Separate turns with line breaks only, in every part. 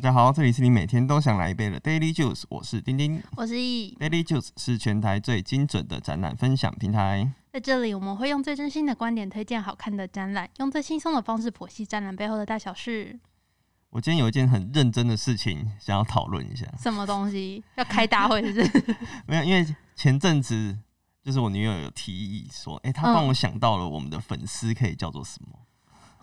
家好，这里是你每天都想来一杯的 Daily Juice，我是丁丁。
我是易，
Daily Juice 是全台最精准的展览分享平台。
在这里我们会用最真心的观点推荐好看的展览，用最轻松的方式剖析展览背后的大小 事。
我今天有一件很认真的事情想要讨论一下，
什么东西要开大会是不是？
没有，因为前阵子就是我女友有提议说，哎、她
嗯
帮我想到了我们的粉丝可以叫做什么？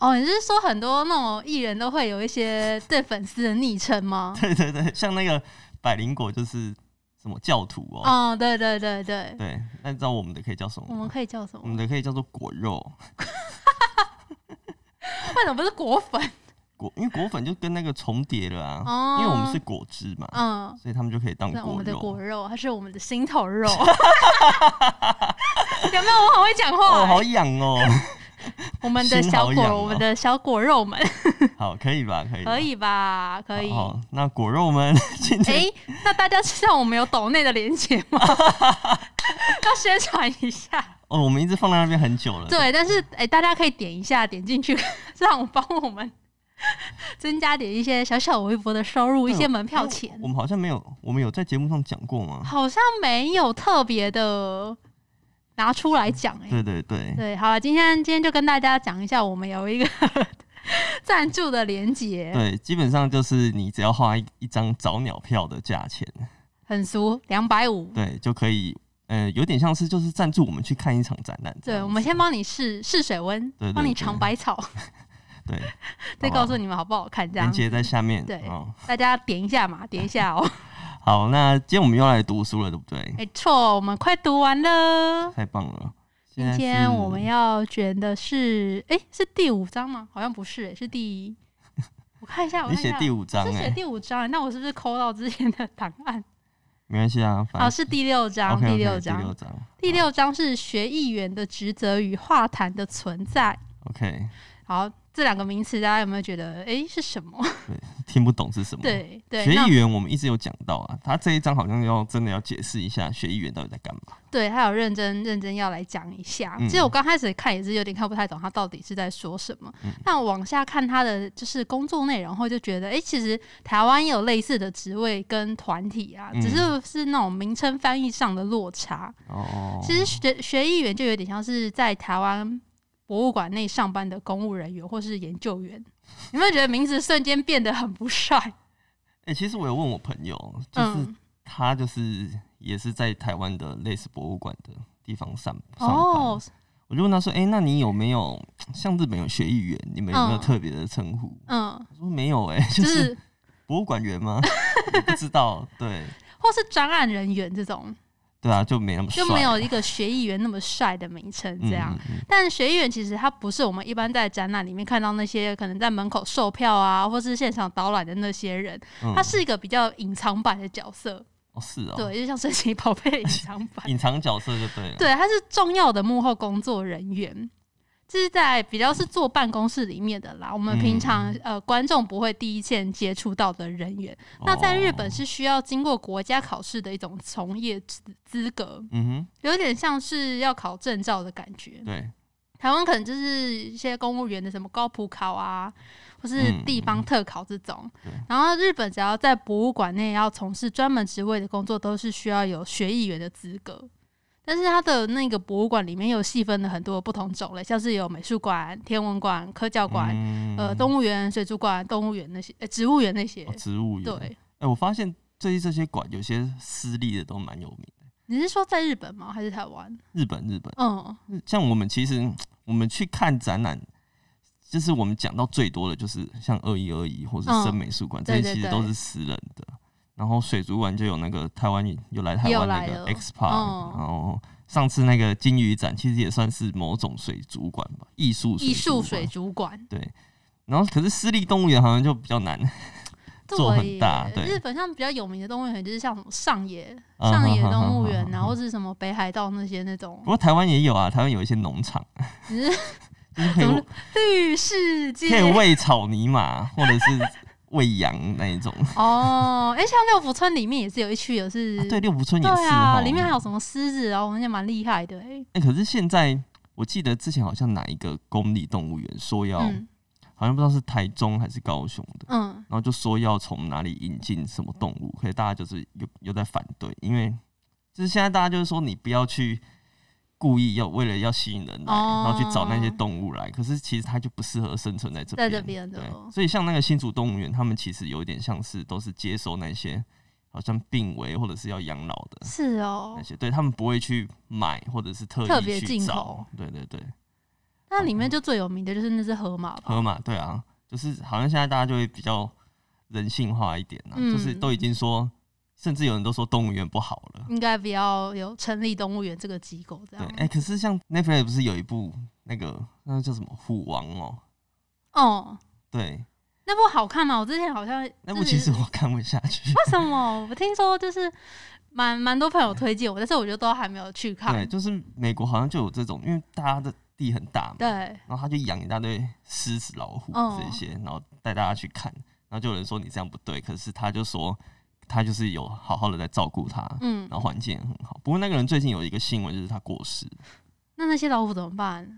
哦，你是说很多那种艺人都会有一些对粉丝的昵称吗？
对对对，像那个百灵果就是什么教徒哦、
哦，对对对对，
对，那你知道我们的可以叫什么
我们
吗？
可以叫什
我们
么？
的可以叫做果肉
为什么不是果粉？
果，因为果粉就跟那个重叠了啊，
哦，
因为我们是果汁嘛，
嗯，
所以他们就可以当
对，我
果
们的
肉。
果肉，它是我们的心头肉。 有没有？我很会讲话、
哦，好痒哦！
我们的
心
小
好
果，
痒哦
我们的小果肉们，
好，可以吧？可以吧，
啊可以吧？可以。
好，好那果肉们 今天
哎、那大家知道我们有抖内的连接吗？要宣传一下。
哦，我们一直放在那边很久了。
对，但是哎、大家可以点一下，点进去， 让我帮我们 增加点一些小小微薄的收入，
对，
一些门票
因
钱
为。我们好像没有，我们有在节目上讲过吗？
好像没有特别的拿出来讲哎、
对对对，
对，好了，今天今天就跟大家讲一下，我们有一个 赞助的连接，
对，基本上就是你只要花一一张早鸟票的价钱，
嗯很俗，两百五。
对，就可以，呃，有点像是就是赞助我们去看一场展览这样子。
对，我们先帮你试试水温
对对，
帮你
对
尝百草，
对，
再
好吧
告诉你们好不好看，这样
连。接在下面。
对
哦，
大家点一下嘛，点一 下哦。
好，那今天我们又要来读书了，对不对？
没错，我们快读完了。
太棒了！现
今
在
天
是
我们要卷的是，哎、是第五章吗？好像不是、诶 是第，我看一下，我
你
看一
写
下，
第五章
是
哎、
写第五章、那我是不是抠到之前的档案？
没关系啊，
哦，
反正
是第六章
OK，OK，
第
第
六
六
章，
章
第六章是学议员的职责与话谈的存在。
，OK，
好，这两个名词，大家有没有觉得，哎、是什么？
听不懂是什么？
对
嗯
对，
学
那
议员我们一直有讲到啊，他这一章好像要真的要解释一下学议员到底在干嘛。
对，他有认真认真要来讲一下。
嗯
其实我刚开始看也是有点看不太懂他到底是在说什么，
嗯
但我往下看他的就是工作内容后，就觉得诶，其实台湾也有类似的职位跟团体啊，
嗯
只是是那种名称翻译上的落差。
哦，
其实学学议员就有点像是在台湾博物馆内上班的公务人员或是研究员，你有没有觉得名字瞬间变得很不帅？
哎、其实我有问我朋友，就是
嗯，
他就是也是在台湾的类似博物馆的地方上上班，
哦，
我就问他说，哎、那你有没有像日本有学议员，你们有没有
嗯
特别的称呼？
嗯，
他说没有、哎，就
就是是
博物馆员吗？我不知道，对
或是专案人员这种。
对啊，就没那么帅
就没有一个学议员那么帅的名称这样。，
嗯嗯嗯
但学议员其实他不是我们一般在展览里面看到那些可能在门口售票啊，或是现场导览的那些人，
嗯
他是一个比较隐藏版的角色，
哦是哦，
对，就像神奇宝 贝的隐藏版，
隐藏角色就对了，
对，他是重要的幕后工作人员。这是在比较是坐办公室里面的啦，我们平常、
嗯
呃观众不会第一线接触到的人员。
哦，
那在日本是需要经过国家考试的一种从业资资格，
嗯哼。
有点像是要考证照的感觉。
对，
台湾可能就是一些公务员的什么高普考啊，或是
嗯
地方特考这种。
对
然后日本只要在博物馆内要从事专门职位的工作，都是需要有学艺员的资格。但是它的那个博物馆里面有细分了很多不同种类，像是有美术馆、天文馆、科教馆、
嗯
呃动物园、水族馆、动物园那些、呃植物园那些
哦。植物园。哎、
对，
我发现最近这些馆有些私立的都蛮有名的，
你是说在日本吗？还是台湾？
日本日本，
嗯，
日像我们其实嗯我们去看展览。就是我们讲到最多的，就是像二一二一或是
嗯
深美术馆，
对
这些
对
其实
对
都是私人的。然后水族馆就有那个台湾有来台
也有
湾那
来
个
了
X Park，、
嗯
然后上次那个金鱼展其实也算是某种水族馆吧，艺术
艺
族
术
馆
水族馆。
对。然后可是私立动物园好像就比较难，做很大
对
对
耶，日本像比较有名的动物园就是像什么上野、
啊
上野
哈哈
动物
哈
园
哈，
然后是什么北海道那些那种
不，过台湾也有啊，台湾有一些农 场，
只是
就是可以
怎么绿世
可以
界
喂草泥马，或者是喂羊那一 种。
哦。哎，像六福村里面也是有一区，也是
啊对，六福村也是
对啊，
齁
里面还有什么狮子哦，人家蛮厉害的哎。
哎、可是现在我记得之前好像哪一个公立动物园说要、
嗯，
好像不知道是台中还是高雄的，
嗯，
然后就说要从哪里引进什么动物，可是大家就是有有在反对，因为就是现在大家就是说你不要去故意要为了要吸引人来，
哦
然后去找那些动物来，可是其实它就不适合生存在这
在
边，
这边的哦
对，所以像那个新竹动物园，他们其实有一点像是都是接收那些好像病危或者是要养老的
是哦
那。些，对他们不会去买或者是特
特别
意去
进
找
口，
对对对，
那里面就最有名的就是那只河马吧，
河马，对啊，就是好像现在大家就会比较人性化一点啊，
嗯
就是都已经说，甚至有人都说动物园不好了。
应该不要有成立动物园这个机构这
对，
样
哎、。可是像 Netflix 不是有一部那个那叫什么《虎王》哦？
哦，
对，
那部好看吗？我之前好像
那部其
就是
实我看不下去。
为什么？我听说就是蛮蛮多朋友推荐我，但是我就都还没有去
对，
看。
就是美国好像就有这种，因为大家的地很大嘛，
对，
然后他就养一大堆狮子、老虎
嗯
这些，然后带大家去看，然后就有人说你这样不对，可是他就说他就是有好好的在照顾它，
嗯
然，后环境也很好。不过那个人最近有一个新闻，就是他过世，
那那些老虎怎么办？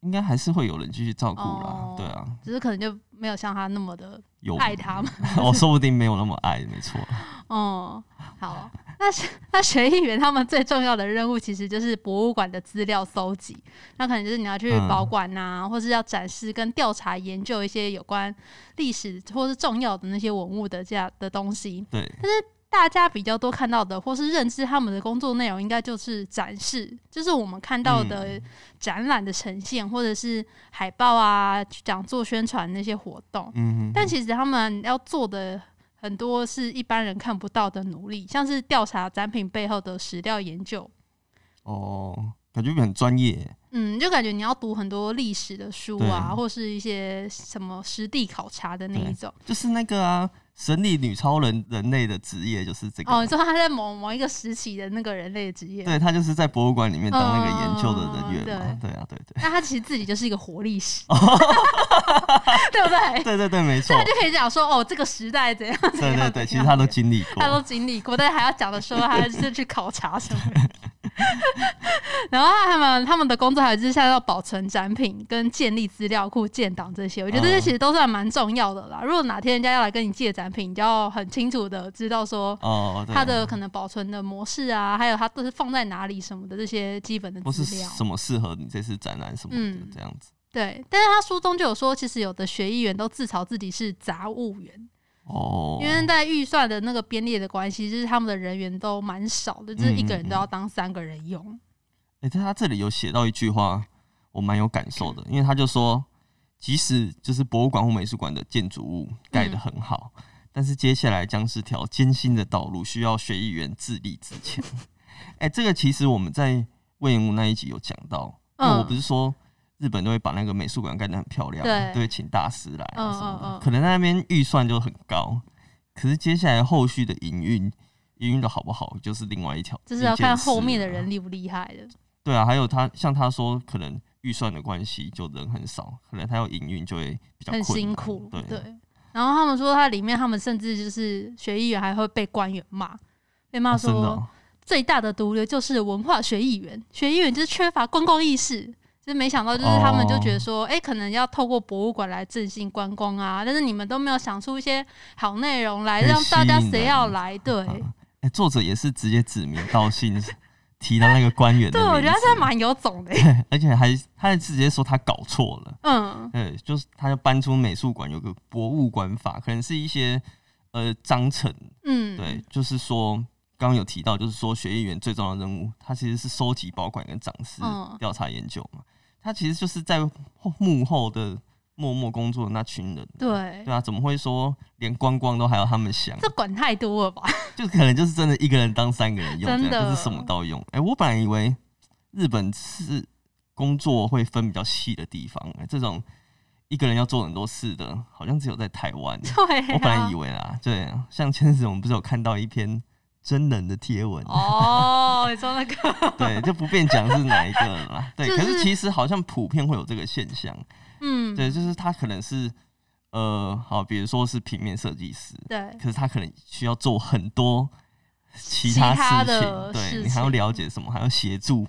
应该还是会有人继续照顾啦。
哦
对啊，
只是可能就没有像他那么的
有
爱他们。
我说不定没有那么爱，没错。
哦、好，那学 那学艺员他们最重要的任务其实就是博物馆的资料搜集，那可能就是你要去
嗯
保管呐、或是要展示跟调查研究一些有关历史或是重要的那些文物的这样的东西。
对，
大家比较多看到的，或是认知他们的工作内容，应该就是展示，就是我们看到的
嗯
展览的呈现，或者是海报啊、讲座宣传那些活动。
嗯哼，
但其实他们要做的很多是一般人看不到的努力，像是调查展品背后的史料研究。
哦，感觉很专业。
嗯，就感觉你要读很多历史的书啊，
对
或是一些什么实地考察的那一种。
就是那个啊，神力女超人人类的职业就是这个。
哦，你说他在某某一个时期的那个人类职业，
对他就是在博物馆里面当那个研究的人员嘛，
嗯
对啊，对对
那他其实自己就是一个活历史，
哦
对不对？
对对对，没错
所以他，就可以讲说，哦，这个时代怎样
对
怎样怎样
对对，其实他都经历
他都
过，哦
经历过，但是还要讲的说他是去考察什么的。然后他们他们的工作还是像要保存展品、跟建立资料库、建档这些，我觉
哦
得这些其实都算蛮重要的啦。如果哪天人家要来跟你借展品，你就要很清楚的知道说
哦，对啊
它的可能保存的模式啊，还有它都是放在哪里什么的这些基本的
不是
资料。
什么适合你这次展览什么的
嗯
这样子。
对，但是他书中就有说，其实有的学艺员都自嘲自己是杂物员，
哦，
因为在预算的那个编列的关系，就是他们的人员都蛮少的，就是一个人
嗯
都要当三个人用。
哎、但他这里有写到一句话，我蛮有感受的，因为他就说，即使就是博物馆或美术馆的建筑物盖
嗯
得很好，但是接下来将是条艰辛的道路，需要学艺员自立自强。 哎、这个其实我们在魏延武那一集有讲到，因
嗯
为我不是说日本都会把那个美术馆盖得很漂亮，
对
都会请大师来啊
嗯
什么的，
嗯嗯
可能那边预算就很高，可是接下来后续的营运。营运的好不好，就是另外一条，
就是要看后面的
一件事了啊
人厉不厉害的。
对啊，还有他像他说，可能预算的关系，就人很少，可能他要营运就会比较
很
困
辛
难
苦，
对，
然后他们说，它里面他们甚至就是学艺员还会被官员骂，被骂
哦真的
说、
哦
最大的毒瘤就是文化学艺员，学艺员就是缺乏观光意识。就是没想到，就是他们就觉得
哦
说，哎、可能要透过博物馆来振兴观光啊，但是你们都没有想出一些好内容来
可以
让大家
吸引
谁
人
要来，对。
嗯哎、作者也是直接指名道姓 提到那个官员的
对，我觉
名
得他
字
真的蛮有种的。
而且还他还直接说他搞错了，
嗯，
对，呃就是他要搬出美术馆有个博物馆法，可能是一些呃章程，
嗯，
对，，就是说刚刚有提到，就是说学艺员最重要的任务，他其实是收集、保管跟掌示
嗯
调查研究嘛。他其实就是在后幕后的默默工作的那群人。
对，
对啊，怎么会说连观光都还要他们想？
这管太多了吧？
就可能就是真的一个人当三个人用，
真
这样
的
就是什么都用。哎、我本来以为日本是工作会分比较细的地方、哎，这种一个人要做很多事的，好像只有在台湾。
对、啊，
我本来以为啦，对啊，像前阵子我们不是有看到一篇真人的贴文，
哦，你说那个，
对，就不便讲是哪一个了 啦。对，
就
可
是
是其实好像普遍会有这个现象，
嗯，
对，就是他可能是呃，好，比如说是平面设计师，
对
可是他可能需要做很多其
其
他
他
事情，
的
对
事
你还要
情
了解什么，还要协助。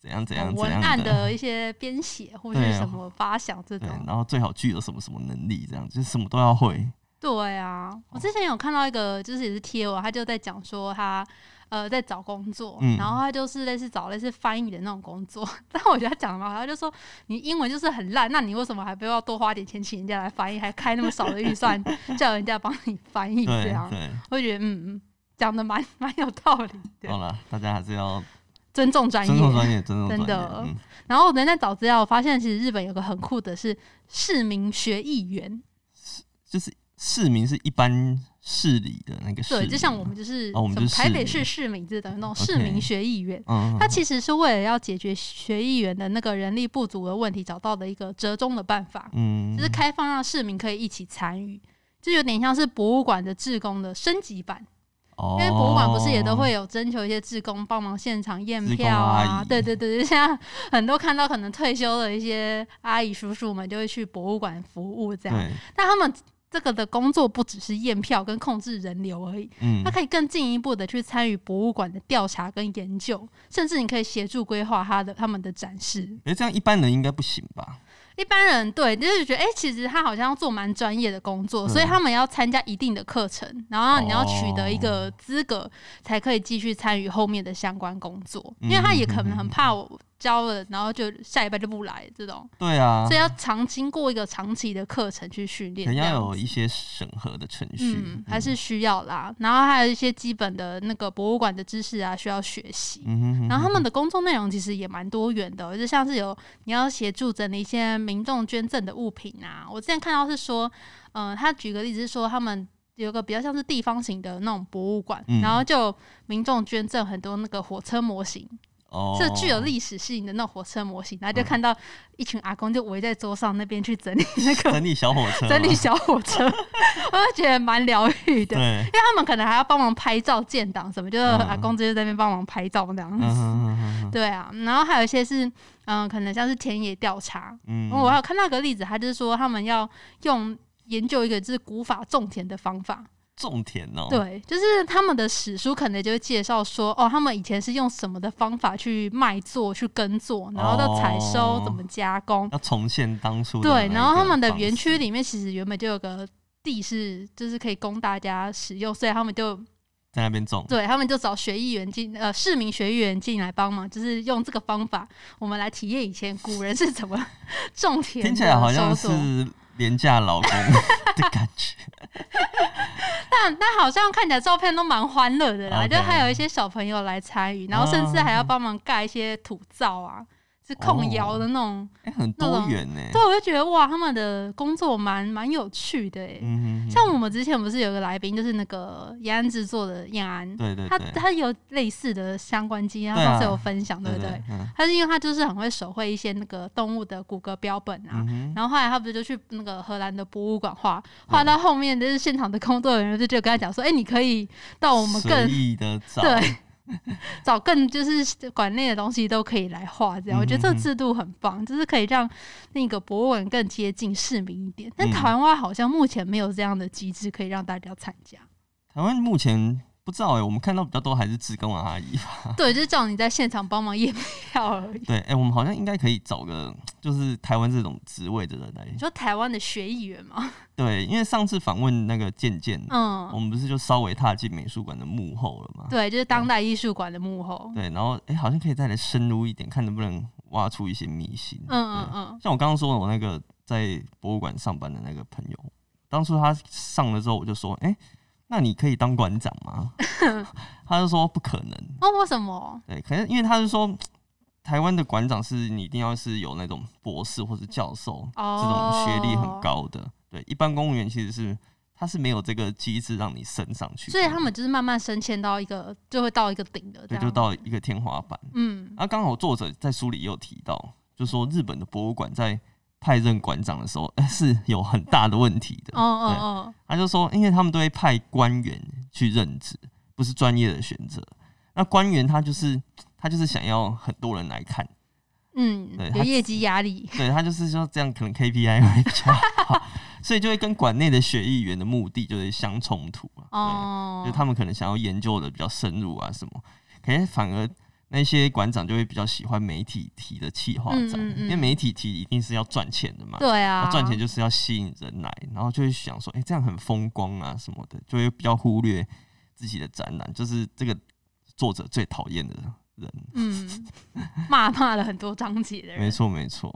怎样怎
呃
样怎
文
样
案
的，
的一些编写或
对
是
啊
什么发想这
对，
种。
然后最好具有什么什么能力，这样就是什么都要会。
对啊，
哦
我之前有看到一个，就是也是贴我，他就在讲说他呃在找工作，
嗯
然后他就是类似找类似翻译的那种工作， 但我觉得他讲的蛮好，他就说你英文就是很烂，那你为什么还不要多花点钱请人家来翻译，还开那么少的预算叫人家帮你翻译这
对
样？
对，
我就觉得嗯嗯，讲的蛮 蛮有道理
好
的，
了，大家还是要
尊重专
哦尊重
业。
专业，尊重
真
专业
的。
嗯，
然后我昨天在找资料，我发现其实日本有个很酷的是市民学议员，
就是市民是一般市里的那个市
对，
民，
就像我们就是
哦我们
什么
就是
台北
市
市
民
市民这种那种
OK
市民学议员。
嗯，嗯，
它其实是为了要解决学议员的那个人力不足的问题，找到的一个折中的办法，
嗯，
就是开放让市民可以一起参与，就有点像是博物馆的志工的升级版。
哦，
因为博物馆不是也都会有征求一些志工帮忙现场验
志工
票
阿
啊
姨？
对对对，就像很多看到可能退休的一些阿姨叔叔们就会去博物馆服务这样，
对，
但他们。这个的工作不只是验票跟控制人流而已，
嗯
他，可以更进一步的去参与博物馆的调查跟研究，甚至你可以协助规划他的他们的展示。
哎，这样一般人应该不行吧？
一般人对就是觉得，哎、其实他好像做蛮专业的工作，
嗯
所以他们要参加一定的课程，然后你要取得一个
哦
资格，才可以继续参与后面的相关工作。
嗯
因为他也可能很怕我教了，然后就下一拜就不来这种，
对啊
所以，要常经过一个长期的课程去训
可
练。
能
这
要
样
有
子
一些审核的程序，
嗯，还是需要啦。然后还有一些基本的那个博物馆的知识啊，需要学习。
嗯哼哼，
然后他们的工作内容其实也蛮多元的哦、就像是有你要协助整理一些民众捐赠的物品啊。我之前看到是说，嗯、他举个例子是说，他们有个比较像是地方型的那种博物馆，
嗯
然后就有民众捐赠很多那个火车模型，
哦，嗯
是具有历史性的那种火车模型，然后就看到一群阿公就围在桌上那边去整理那 个
整理小火车嘛，
整理小火车，我就觉得蛮疗愈的。
对，
因为他们可能还要帮忙拍照建档什么，就是
嗯
阿公直接在那边帮忙拍照那样
嗯
子。
哼哼哼哼
对啊，然后还有一些是，嗯、可能像是田野调查。
嗯，
我还有看到一个例子，他就是说他们要用研究一个就是古法种田的方法。
种田哦，，
对，就是他们的史书可能就会介绍说，哦，他们以前是用什么的方法去卖作、去耕作，然后到采收
哦
怎么加工。
要重现当初的
对，
那
然后
一
他
个
们的
方
园
式
区里面其实原本就有个地是，就是可以供大家使用，所以他们就
在那边种，
对他们就找学艺员进呃市民学艺员进来帮忙，就是用这个方法，我们来体验以前古人是怎么 种田的
听起来好像
收作
是廉价劳 工的感觉，
但但好像看起来照片都蛮欢乐的啦
OK 哦
就还有一些小朋友来参与，然后甚至还要帮忙盖一些土灶啊，是控窑的那种。
哎，很
那
多
种
元呢，
对，我就觉得哇，他们的工作蛮蛮有趣的诶、
嗯哼哼，
像我们之前不是有个来宾，就是那个延安制作的燕安，
对对
他
对，
他有类似的相关经验，他
对啊
上次有分享，对不
对
对？，啊
嗯
他是因为他就是很会手绘一些那个动物的骨骼标本啊。
嗯哼，嗯
然后后来他不是就去那个荷兰的博物馆画，画到后面就是现场的工作人员就就跟他讲说：“哎、你可以到我们
随
更
意的找，
对 找更就是馆内的东西都可以来画。”这样、
嗯
我觉得这
嗯
个
嗯
制度很棒，就是可以让那个博物馆更接近市民一点。但
嗯
台湾好像目前没有这样的机制可以让大家参加，
台湾目前不知道哎、我们看到比较多还是志工阿姨吧。
对，就是叫你在现场帮忙验票而已。
对，哎、我们好像应该可以找个就是台湾这种职位的人来。
你说台湾的学艺员嘛，
对，因为上次访问那个健健，
嗯，
我们不是就稍微踏进美术馆的幕后了吗？
对，就是当代艺术馆的幕后。
对，然后哎、好像可以再来深入一点，看能不能挖出一些秘辛。
嗯嗯
对
嗯，
像我刚刚说的，我那个在博物馆上班的那个朋友，当初他上了之后，我就说，哎、那你可以当馆长 吗？他就说不可能。
哦，为什么？
对，可能因为他是说，台湾的馆长是你一定要是有那种博士或是教授这种
哦，
学历很，高的，对，一般公务员其实是他是没有这个机制让你升上去的，
所以他们就是慢慢升迁到一个，就会到一个顶的，这
对
样
就到一个天花板。
嗯，
啊，刚好作者在书里也有提到，就说日本的博物馆在派任馆长的时候， 呃是有很大的问题的。
哦哦
他就说，因为他们都会派官员去任职，不是专业的选择。那官员他就是他就是想要很多人来看。
哦，嗯
对，
有
他
业绩压力，
对他就是说这样可能 KPI 会比较好， 所以就会跟馆内的学艺员的目的就是相冲突啊。
哦
对，，就他们可能想要研究的比较深入啊什么，可是反而那些馆长就会比较喜欢媒体提的企划展，
嗯嗯嗯
因为媒体提一定是要赚钱的嘛，
对啊
那，赚钱就是要吸引人来，然后就会想说，哎、这样很风光啊什么的，就会比较忽略自己的展览，就是这个作者最讨厌的人。
嗯，骂骂了很多章节的人，
没错，没错，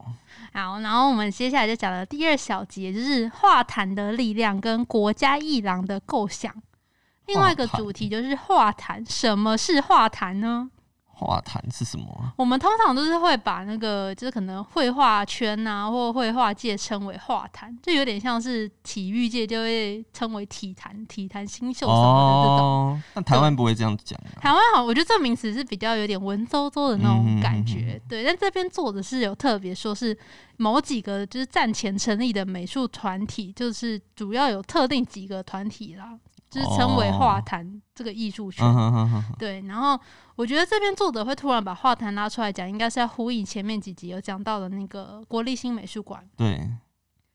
好，然后我们接下来就讲了第二小节，就是画坛的力量跟国家艺廊的构想。另外一个
画坛
主题就是画坛，什么是画坛呢？
画坛是什么啊？
我们通常都是会把那个就是可能绘画圈啊，或绘画界称为画坛，就有点像是体育界就会称为体坛、体坛新秀什么的这种。
哦，但台湾不会这样讲啊。
台湾好，我觉得这名词是比较有点文绉绉的那种
嗯
感觉，对。但这边作者是有特别说是某几个就是战前成立的美术团体，就是主要有特定几个团体啦，就是称为画坛这个艺术圈。
哦嗯哼哼哼哼，
对，然后我觉得这边作者会突然把画坛拉出来讲，应该是要呼应前面几集有讲到的那个国立新美术馆，
对，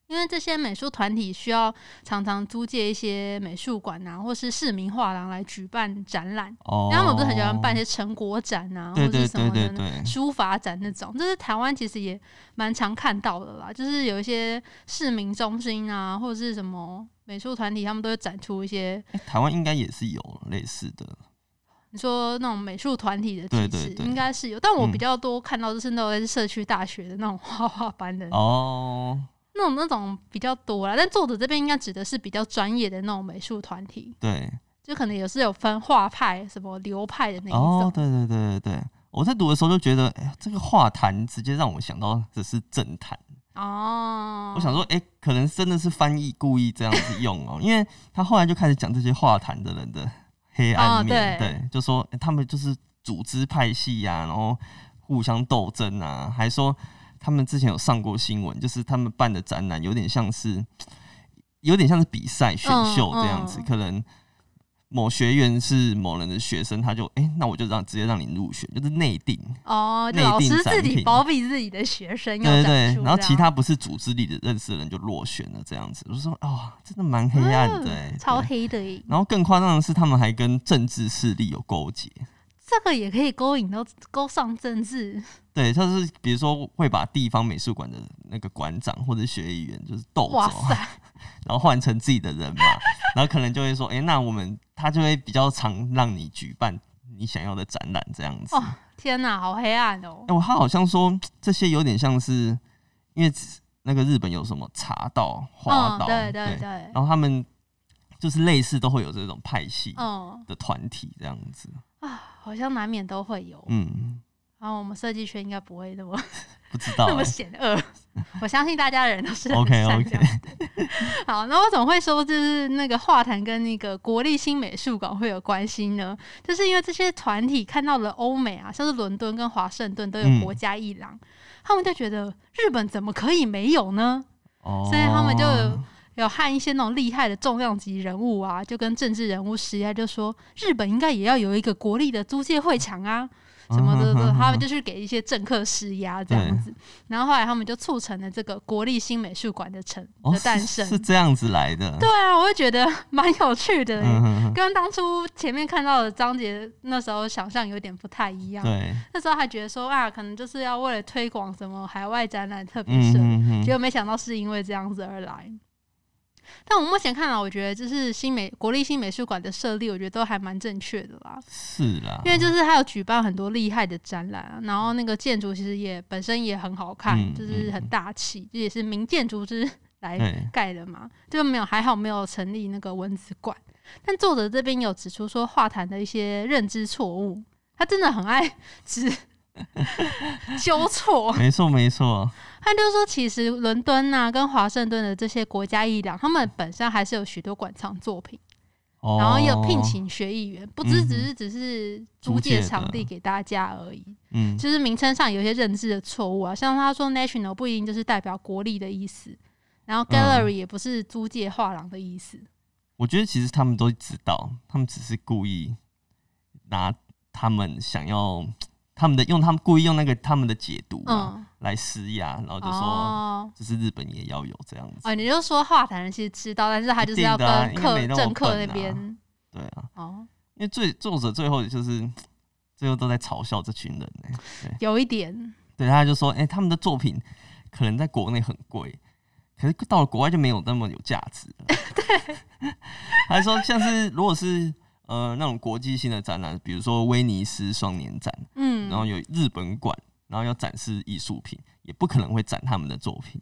因为这些美术团体需要常常租借一些美术馆啊，或是市民画廊来举办展览。
哦，
他们不是很喜欢办一些成果展啊，
对
或者
对
是什么
哦对对
的
对，
书法展那种，就是台湾其实也蛮常看到的啦。就是有一些市民中心啊，或者是什么美术团体，他们都会展出一些
诶台湾应该也是有类似的，
你说那种美术团体的体
对
制，
对对
应该是有。但我
嗯
比较多看到就是那种在社区大学的那种 画画班的、
哦，
那种那种比较多啦。但作者这边应该指的是比较专业的那种美术团体，
对，
就可能也是有分画派、什么流派的那一种。
哦，对对对对对，我在读的时候就觉得，哎呀，这个画坛直接让我想到只是政坛。
哦，
我想说，哎、可能真的是翻译故意这样子用 哦，因为他后来就开始讲这些画坛的人的黑
哦
暗面，
对
对，就说、诶他们就是组织派系呀、然后互相斗争啊，还说他们之前有上过新闻，就是他们办的展览有点像是有点像是比赛选秀这样子，
嗯嗯
可能。某学院是某人的学生，他就哎、诶那我就让直接让你入选，就是内定，
哦，就
内
老
定
师
展
自己
品
保庇自己的学生要
对对对
展出，这样，
然后其他不是组织里的认识的人就落选了，这样子，我就说哦，真的蛮黑暗的、欸
嗯超
对
黑的耶，
然后更夸张的是，他们还跟政治势力有勾结。
这个也可以勾引到勾上政治，
对，就是比如说会把地方美术馆的那个馆长或者学艺员就是斗走啊
哇，塞，
然后换成自己的人嘛，然后可能就会说，哎、那我们他就会比较常让你举办你想要的展览这样子。
哦天哪，好黑暗哦
哎、，我他好像说这些有点像是，因为那个日本有什么茶道、花
嗯，
道，
对对对，
然后他们就是类似都会有这种派系
嗯
的团体这样子，
啊，好像难免都会有，
嗯，哦
然后我们设计圈应该不会那么
不知道、
那么
欸，
险恶， 我相信大家的人都是很
OK，OK
善良的。 好，那我怎么会说就是那个画坛跟那个国立新美术馆会有关系呢？就是因为这些团体看到了欧美啊，像是伦敦跟华盛顿都有
嗯
国家艺廊，他们就觉得日本怎么可以没有呢？
哦，
所以他们就有和一些那种厉害的重量级人物啊，就跟政治人物施压，就说日本应该也要有一个国立的租借会场啊，什么的，
嗯哼哼哼嗯
他们就是给一些政客施压这样子。然后后来他们就促成了这个国立新美术馆的成
哦
的诞
是
生。
是这样子来的，
对啊，我会觉得 蛮有趣的耶、欸
嗯哼哼
跟当初前面看到的章节那时候想象有点不太一样。
对，
那时候还觉得说啊，可能就是要为了推广什么海外展览特别
嗯
设
哼哼
结果没想到是因为这样子而来。但我目前看来，我觉得就是新美国立新美术馆的设立，我觉得都还蛮正确的啦。
是啦，
因为就是它有举办很多厉害的展览啊，然后那个建筑其实也本身也很好看，
嗯
就是很大气，这也是名建筑之来
对，
盖的嘛。就没有还好没有成立那个文字馆。但作者这边有指出说，画坛的一些认知错误，他真的很爱 指纠错。
没错没错，
他就说，其实伦敦啊跟华盛顿的这些国家艺廊，他们本身还是有许多馆藏作品，
哦，
然后也有聘，请学艺员，不只
嗯哼
只是只是租借场地给大家而已。
嗯，
就是名称上有一些认知的错误啊，像他说 national 不一定就是代表国力的意思，然后
嗯
gallery 也不是租借画廊的意思。
我觉得其实他们都知道，他们只是故意拿他们想要。他们的用他们故意用那个他们的解读啊、
嗯，
来施压，然后就说
哦。
就是日本也要有这样子，
哦，你就说画坛人其实知道，但是他就是要
一定的啊因
跟
为
客
没那么
政客
笨
那
啊
边
对啊，
哦，
因为最作者最后就是最后都在嘲笑这群人呢、对
有一点，
对，他就说，哎、他们的作品可能在国内很贵，可是到了国外就没有那么有价值了。对，还说像是如果是呃那种国际性的展览，比如说威尼斯双年展，
嗯，
然后有日本馆，然后要展示艺术品，也不可能会展他们的作品，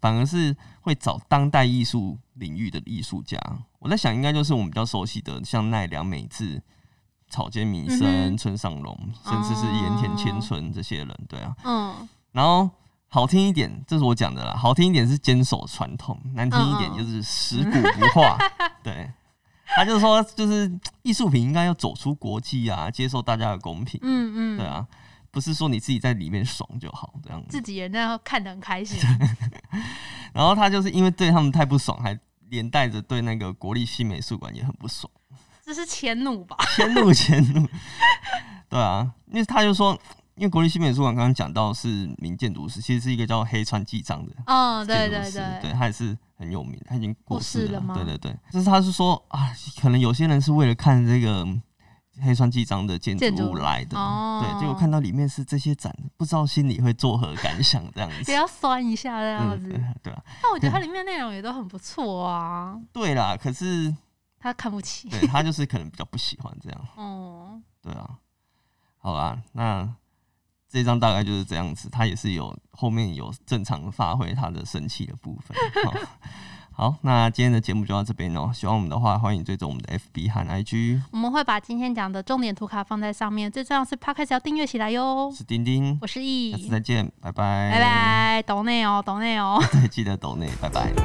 反而是会找当代艺术领域的艺术家。我在想，应该就是我们比较熟悉的，像奈良美智、草间弥生、
嗯哼哦
村上隆，甚至是盐田千春这些人，对啊。
嗯
然后好听一点，这是我讲的啦，好听一点是坚守传统，难听一点
嗯嗯
就是食古不 化。对，他就说，就是艺术品应该要走出国际啊，接受大家的公平。
嗯嗯，
对啊，不是说你自己在里面爽就好这样子。
自己人那看得很 开心，
然后他就是因为对他们太不爽，还连带着对那个国立西美术馆也很不爽，
这是迁怒 吧？
迁怒迁怒。 对啊，因为他就说，因为国立西美术馆刚刚讲到是名建筑师，其实是一个叫黑川纪章的
嗯，对
建筑
对
师，
对，
他也是很有名，他已经过
过世
世
了
了
吗
对对对，就是他是说啊，可能有些人是为了看这个黑川纪章的建
建
筑
筑
物来的，
哦
对，结果看到里面是这些展，不知道心里会作何感想这样子。
不要酸一下这样子。
嗯， 对啊，
但我觉得它里面内容也都很不错啊，
对啦，可是
他看不起。
对他就是可能比较不喜欢这样，
哦，
对啊，好啦，那这张大概就是这样子，他也是有后面有正常发挥他的生气的部分。好， 好，那今天的节目就到这边哦。喜欢我们的话，欢迎追踪我们的 FB 和 IG，
我们会把今天讲的重点图卡放在上面，最重要是 Podcast 要订阅起来哟
我。是丁丁
我，是 E
下次
易，
再见，拜拜，
拜，拜，懂内哦，懂内哦。
对，记得抖内，拜拜。